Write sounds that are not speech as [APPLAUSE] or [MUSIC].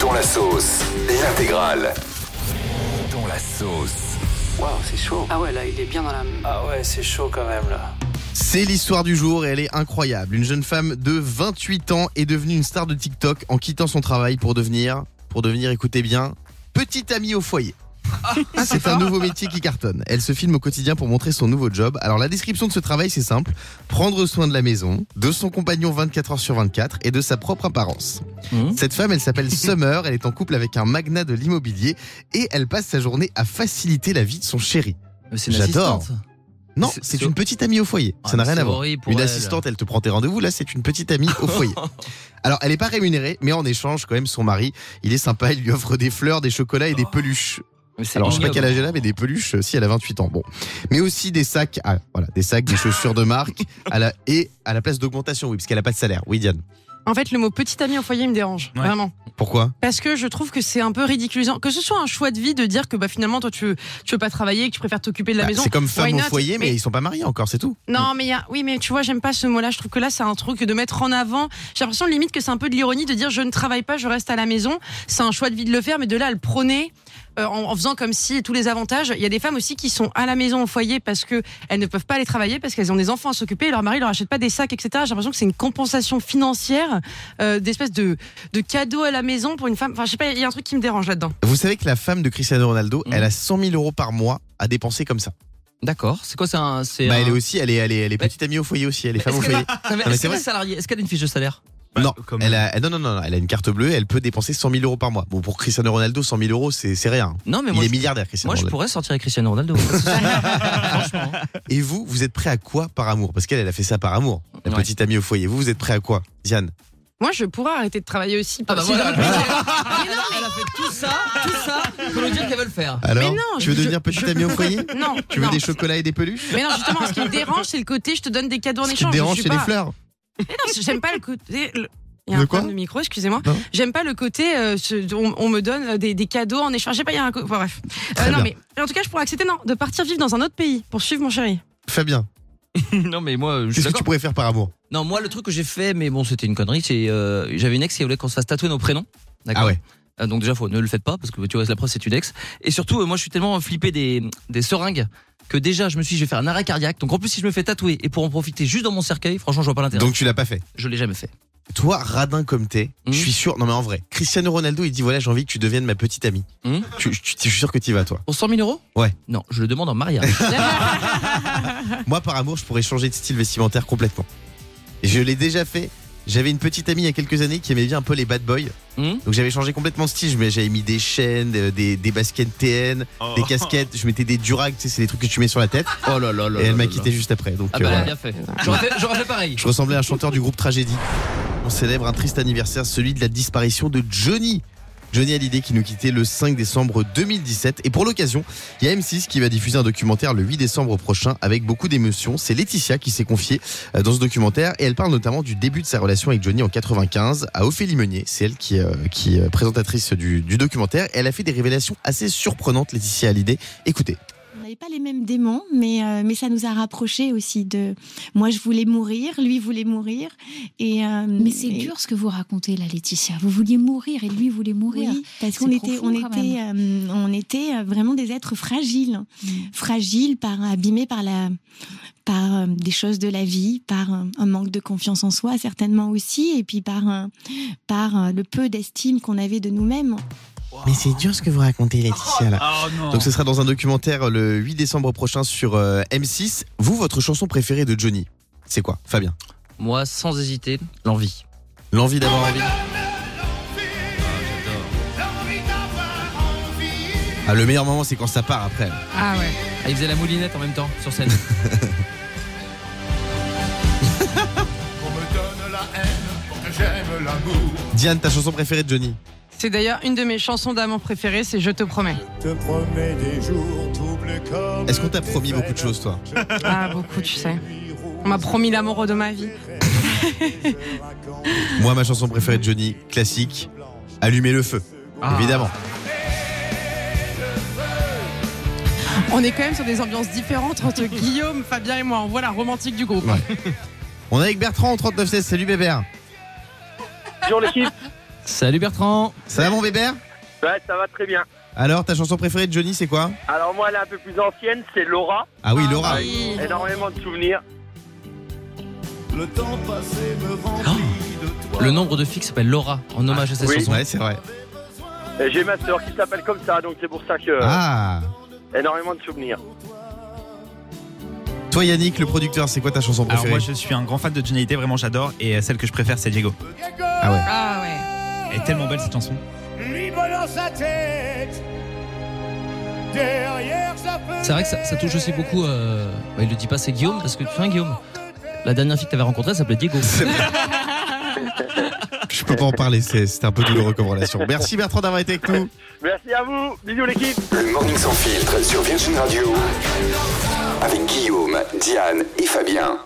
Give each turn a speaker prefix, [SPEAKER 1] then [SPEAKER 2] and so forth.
[SPEAKER 1] Dont la sauce, l'intégrale.
[SPEAKER 2] Dans la sauce.
[SPEAKER 3] Waouh, c'est chaud.
[SPEAKER 4] Ah ouais, là, il est bien dans la.
[SPEAKER 3] Ah ouais, c'est chaud quand même là.
[SPEAKER 5] C'est l'histoire du jour et elle est incroyable. Une jeune femme de 28 ans est devenue une star de TikTok en quittant son travail pour devenir, pour devenir, écoutez bien, petite amie
[SPEAKER 2] [LAUGHS]
[SPEAKER 5] au foyer. Ah, C'est un nouveau métier qui cartonne. Elle se filme au quotidien pour montrer son nouveau job. Alors la description de ce travail c'est simple, prendre soin de la maison, de son compagnon 24 heures sur 24 et de sa propre apparence.
[SPEAKER 2] Mhm.
[SPEAKER 5] Cette femme,
[SPEAKER 2] [LAUGHS]
[SPEAKER 5] elle s'appelle Summer, elle est en couple avec un magnat de l'immobilier et elle passe sa journée à faciliter la vie de son chéri.
[SPEAKER 2] Euh, C'est une
[SPEAKER 5] J'adore.
[SPEAKER 2] assistante.
[SPEAKER 5] Non,
[SPEAKER 2] C'est-
[SPEAKER 5] c'est
[SPEAKER 2] c'est-
[SPEAKER 5] une petite amie au foyer.
[SPEAKER 2] Ah,
[SPEAKER 5] ça n'a
[SPEAKER 2] mais
[SPEAKER 5] rien
[SPEAKER 2] c'est
[SPEAKER 5] à voir.
[SPEAKER 2] horrible pour
[SPEAKER 5] Une
[SPEAKER 2] elle.
[SPEAKER 5] assistante, elle te prend tes rendez-vous. Là, c'est une petite amie au foyer. Alors, elle n'est pas rémunérée, mais en échange, quand même, son mari, il est sympa. Il lui offre des fleurs, des chocolats et des peluches.
[SPEAKER 2] Mais c'est
[SPEAKER 5] Alors, je sais pas
[SPEAKER 2] ignoble.
[SPEAKER 5] quel âge elle a, mais des peluches, euh, si elle a 28 ans. Bon. Mais aussi des sacs, ah, voilà, des sacs, des chaussures de marque à la, et à la place d'augmentation, oui, parce qu'elle a pas de salaire. Oui, Diane.
[SPEAKER 6] En fait, le mot petit ami au foyer il me dérange,
[SPEAKER 2] Ouais.
[SPEAKER 6] vraiment.
[SPEAKER 5] Pourquoi
[SPEAKER 6] Parce que je trouve que c'est un peu ridiculisant. Que ce soit un choix de vie de dire que bah, finalement, toi, tu veux, tu veux pas travailler, que tu préfères t'occuper de la
[SPEAKER 5] Bah,
[SPEAKER 6] maison.
[SPEAKER 5] C'est comme femme
[SPEAKER 6] Why
[SPEAKER 5] au
[SPEAKER 6] not
[SPEAKER 5] foyer, mais,
[SPEAKER 6] Mais-
[SPEAKER 5] ils sont pas mariés encore, c'est tout.
[SPEAKER 6] Non, mais il y a... oui, mais tu vois, j'aime pas ce mot-là. Je trouve que là, c'est un truc de mettre en avant. J'ai l'impression limite que c'est un peu de l'ironie de dire je ne travaille pas, je reste à la maison. C'est un choix de vie de le faire, mais de là à le prôner euh, en, en faisant comme si tous les avantages. Il y a des femmes aussi qui sont à la maison au foyer parce que elles ne peuvent pas aller travailler parce qu'elles ont des enfants à s'occuper. et Leur mari leur achète pas des sacs, etc. J'ai l'impression que c'est une compensation financière euh, d'espèces de de cadeaux à la maison pour une femme. Enfin, je sais pas, il y a un truc qui me dérange là-dedans.
[SPEAKER 5] Vous savez que la femme de Cristiano Ronaldo,
[SPEAKER 2] Mhm.
[SPEAKER 5] elle a 100 000 euros par mois à dépenser comme ça.
[SPEAKER 2] D'accord. C'est quoi c'est un- c'est
[SPEAKER 5] Bah,
[SPEAKER 2] un-
[SPEAKER 5] elle est aussi, elle est, elle est, elle est
[SPEAKER 2] Mais-
[SPEAKER 5] petite amie au foyer aussi, elle est
[SPEAKER 2] Mais
[SPEAKER 5] femme au
[SPEAKER 2] hein. est-ce qu'elle
[SPEAKER 5] foyer.
[SPEAKER 2] a- Non, mais
[SPEAKER 5] mais
[SPEAKER 2] Est-ce
[SPEAKER 5] c'est
[SPEAKER 2] qu'elle
[SPEAKER 5] vrai.
[SPEAKER 2] est salariée Est-ce qu'elle a une fiche de salaire
[SPEAKER 5] Non,
[SPEAKER 7] comme-
[SPEAKER 5] elle a, non, non, non, non, elle a une carte bleue, elle peut dépenser 100 000 euros par mois. Bon, pour Cristiano Ronaldo, 100 000 euros, c'est c'est rien.
[SPEAKER 2] Non, mais
[SPEAKER 5] Il
[SPEAKER 2] moi,
[SPEAKER 5] est
[SPEAKER 2] je,
[SPEAKER 5] milliardaire, Cristiano
[SPEAKER 2] moi, je
[SPEAKER 5] Ronaldo.
[SPEAKER 2] pourrais sortir avec Cristiano
[SPEAKER 5] [LAUGHS]
[SPEAKER 2] Ronaldo. Franchement. hein.
[SPEAKER 5] Et vous, vous êtes prêt à quoi par amour Parce qu'elle, elle a fait ça par amour, la
[SPEAKER 2] Ouais.
[SPEAKER 5] petite amie au foyer. Vous, vous êtes prêt à quoi, Diane
[SPEAKER 6] Moi, je pourrais arrêter de travailler aussi.
[SPEAKER 2] Ah bah
[SPEAKER 6] si
[SPEAKER 2] voilà.
[SPEAKER 6] j'avais plus-
[SPEAKER 2] Mais non, Elle a fait tout ça, tout ça pour nous dire qu'elle veut le
[SPEAKER 5] [LAUGHS]
[SPEAKER 2] faire.
[SPEAKER 5] Alors,
[SPEAKER 6] Mais non,
[SPEAKER 5] tu veux
[SPEAKER 6] je-
[SPEAKER 5] devenir petite amie au
[SPEAKER 6] [LAUGHS]
[SPEAKER 5] foyer
[SPEAKER 6] Non.
[SPEAKER 5] Tu veux
[SPEAKER 6] non.
[SPEAKER 5] des chocolats et des peluches
[SPEAKER 6] Mais non, justement, ce qui me dérange, c'est le côté je te donne des cadeaux en
[SPEAKER 5] Ce qui te
[SPEAKER 6] échange. je
[SPEAKER 5] dérange,
[SPEAKER 6] suis
[SPEAKER 5] c'est les
[SPEAKER 6] pas-
[SPEAKER 5] fleurs.
[SPEAKER 6] Mais non, j'aime pas le côté. le- Il y a
[SPEAKER 5] De
[SPEAKER 6] un
[SPEAKER 5] quoi Hein
[SPEAKER 6] problème de micro, excusez-moi.
[SPEAKER 5] Non.
[SPEAKER 6] J'aime pas le côté, euh, ce- on, on me donne euh, des, des cadeaux en échange. Je sais pas, il y a un. co- enfin, bref. Euh,
[SPEAKER 5] Très
[SPEAKER 6] non,
[SPEAKER 5] bien.
[SPEAKER 6] mais en tout cas, je pourrais accepter non, de partir vivre dans un autre pays pour suivre mon chéri.
[SPEAKER 5] Fabien,
[SPEAKER 2] Non, mais moi, je suis
[SPEAKER 5] qu'est-ce que
[SPEAKER 2] d'accord.
[SPEAKER 5] tu pourrais faire par amour Ah
[SPEAKER 2] Non, moi, le truc que j'ai fait, mais bon, c'était une connerie, c'est euh, j'avais une ex qui voulait qu'on se fasse tatouer nos prénoms. D'accord
[SPEAKER 5] Ah ouais.
[SPEAKER 2] Euh, Donc déjà, faut, ne le faites pas parce que tu vois, la preuve, c'est une ex. Et surtout, euh, moi, je suis tellement flippé des, des seringues que déjà, je me suis, dit, je vais faire un arrêt cardiaque. Donc en plus, si je me fais tatouer et pour en profiter juste dans mon cercueil, franchement, je vois pas l'intérêt.
[SPEAKER 5] Donc tu l'as pas fait.
[SPEAKER 2] je l'ai jamais fait.
[SPEAKER 5] Toi, radin comme t'es,
[SPEAKER 2] Mhm.
[SPEAKER 5] je suis sûr. Non mais en vrai, Cristiano Ronaldo, il dit voilà, j'ai envie que tu deviennes ma petite amie.
[SPEAKER 2] Mhm.
[SPEAKER 5] Tu- tu- je suis sûr que tu vas, toi.
[SPEAKER 2] Pour 100 000 euros
[SPEAKER 5] Ouais.
[SPEAKER 2] Non, je le demande en
[SPEAKER 5] [LAUGHS]
[SPEAKER 2] mariage.
[SPEAKER 5] Moi, par amour, je pourrais changer de style vestimentaire complètement. Et je l'ai déjà fait. J'avais une petite amie il y a quelques années qui aimait bien un peu les bad boys.
[SPEAKER 2] Hmm
[SPEAKER 5] Donc j'avais changé complètement de style. Je mets- J'avais mis des chaînes, euh, des, des baskets TN, des casquettes. Je mettais des durags, tu sais, c'est des trucs que tu mets sur la tête.
[SPEAKER 2] oh là là là.
[SPEAKER 5] Et elle
[SPEAKER 2] là
[SPEAKER 5] m'a
[SPEAKER 2] là
[SPEAKER 5] quitté
[SPEAKER 2] là.
[SPEAKER 5] juste après. Donc
[SPEAKER 2] Ah
[SPEAKER 5] euh,
[SPEAKER 2] bah, elle a bien
[SPEAKER 5] voilà.
[SPEAKER 2] fait. J'aurais fait, j'aurais fait pareil.
[SPEAKER 5] je ressemblais à un chanteur du groupe Tragédie. On célèbre un triste anniversaire, celui de la disparition de Johnny. Johnny Hallyday qui nous quittait le 5 décembre 2017. Et pour l'occasion, il y a M6 qui va diffuser un documentaire le 8 décembre prochain avec beaucoup d'émotions. C'est Laetitia qui s'est confiée euh, dans ce documentaire et elle parle notamment du début de sa relation avec Johnny en 95 à Ophélie Meunier. C'est elle qui, euh, qui est présentatrice du, du documentaire. Et elle a fait des révélations assez surprenantes, Laetitia Hallyday. Écoutez.
[SPEAKER 8] On n'avait pas les mêmes démons, mais, euh, mais ça nous a rapprochés aussi de moi je voulais mourir, lui voulait mourir. Et, euh,
[SPEAKER 9] Mais c'est
[SPEAKER 8] et-
[SPEAKER 9] dur ce que vous racontez là, Laetitia. Vous vouliez mourir et lui voulait mourir.
[SPEAKER 8] Oui, parce
[SPEAKER 9] C'est
[SPEAKER 8] qu'on était,
[SPEAKER 9] profond,
[SPEAKER 8] on
[SPEAKER 9] quand
[SPEAKER 8] était, euh, on était euh, vraiment des êtres fragiles,
[SPEAKER 9] Mm.
[SPEAKER 8] fragiles par abîmés par la, par euh, des choses de la vie, par euh, un manque de confiance en soi certainement aussi, et puis par un- par euh, le peu d'estime qu'on avait de nous-mêmes.
[SPEAKER 5] Mais c'est dur ce que vous racontez, Laetitia, là.
[SPEAKER 7] Oh non.
[SPEAKER 5] Donc ce sera dans un documentaire euh, le 8 décembre prochain sur euh, M6. Vous, votre chanson préférée de Johnny, c'est quoi, Fabien
[SPEAKER 2] Moi, sans hésiter, l'envie.
[SPEAKER 5] L'envie d'avoir envie. Ah, le meilleur moment, c'est quand ça part après.
[SPEAKER 6] Ah ouais.
[SPEAKER 2] Ah, il faisait la moulinette en même temps sur scène.
[SPEAKER 5] Diane, ta chanson préférée de Johnny
[SPEAKER 6] C'est d'ailleurs une de mes chansons d'amour préférées, c'est Je te promets.
[SPEAKER 5] Est-ce qu'on t'a promis beaucoup de choses, toi
[SPEAKER 6] Ah, beaucoup, tu sais. On m'a promis l'amour de ma vie.
[SPEAKER 5] Moi, ma chanson préférée de Johnny, classique, Allumer le feu.
[SPEAKER 2] Ah.
[SPEAKER 5] Évidemment.
[SPEAKER 6] On est quand même sur des ambiances différentes entre Guillaume, Fabien et moi. On voit la romantique du groupe.
[SPEAKER 5] Ouais. On est avec Bertrand au 3916. Salut, Bébert.
[SPEAKER 10] Bonjour l'équipe.
[SPEAKER 2] Ah. Salut Bertrand.
[SPEAKER 5] Ça va mon Bébert
[SPEAKER 4] Ouais, ça va très bien.
[SPEAKER 5] Alors ta chanson préférée de Johnny c'est quoi
[SPEAKER 4] Alors moi, elle est un peu plus ancienne, c'est Laura.
[SPEAKER 5] Ah oui Laura.
[SPEAKER 4] Énormément de souvenirs.
[SPEAKER 2] Oh. Le nombre de filles qui s'appelle Laura en hommage à cette
[SPEAKER 4] oui.
[SPEAKER 2] chanson.
[SPEAKER 5] Ouais c'est vrai.
[SPEAKER 4] Et J'ai ma sœur qui s'appelle comme ça, donc c'est pour ça que...
[SPEAKER 5] Ah
[SPEAKER 4] Énormément de souvenirs.
[SPEAKER 5] Toi Yannick le producteur c'est quoi ta chanson
[SPEAKER 7] Alors
[SPEAKER 5] préférée
[SPEAKER 7] moi je suis un grand fan de Johnny Hallyday, vraiment j'adore et euh, celle que je préfère c'est Diego.
[SPEAKER 5] Ah ouais.
[SPEAKER 6] Ah ouais.
[SPEAKER 7] Elle est tellement belle cette chanson.
[SPEAKER 2] C'est vrai que ça, ça touche aussi beaucoup. euh, bah, il le dit pas, c'est Guillaume, parce que tu vois, Guillaume, la dernière fille que t'avais rencontrée elle s'appelait Diego.
[SPEAKER 5] Je peux pas en parler c'est c'est un peu douloureux comme relation. Merci Bertrand d'avoir été avec nous.
[SPEAKER 4] Merci à vous. Bisous l'équipe.
[SPEAKER 1] Le Morning Sans Filtre sur Virgin Radio. Avec Guillaume, Diane et Fabien.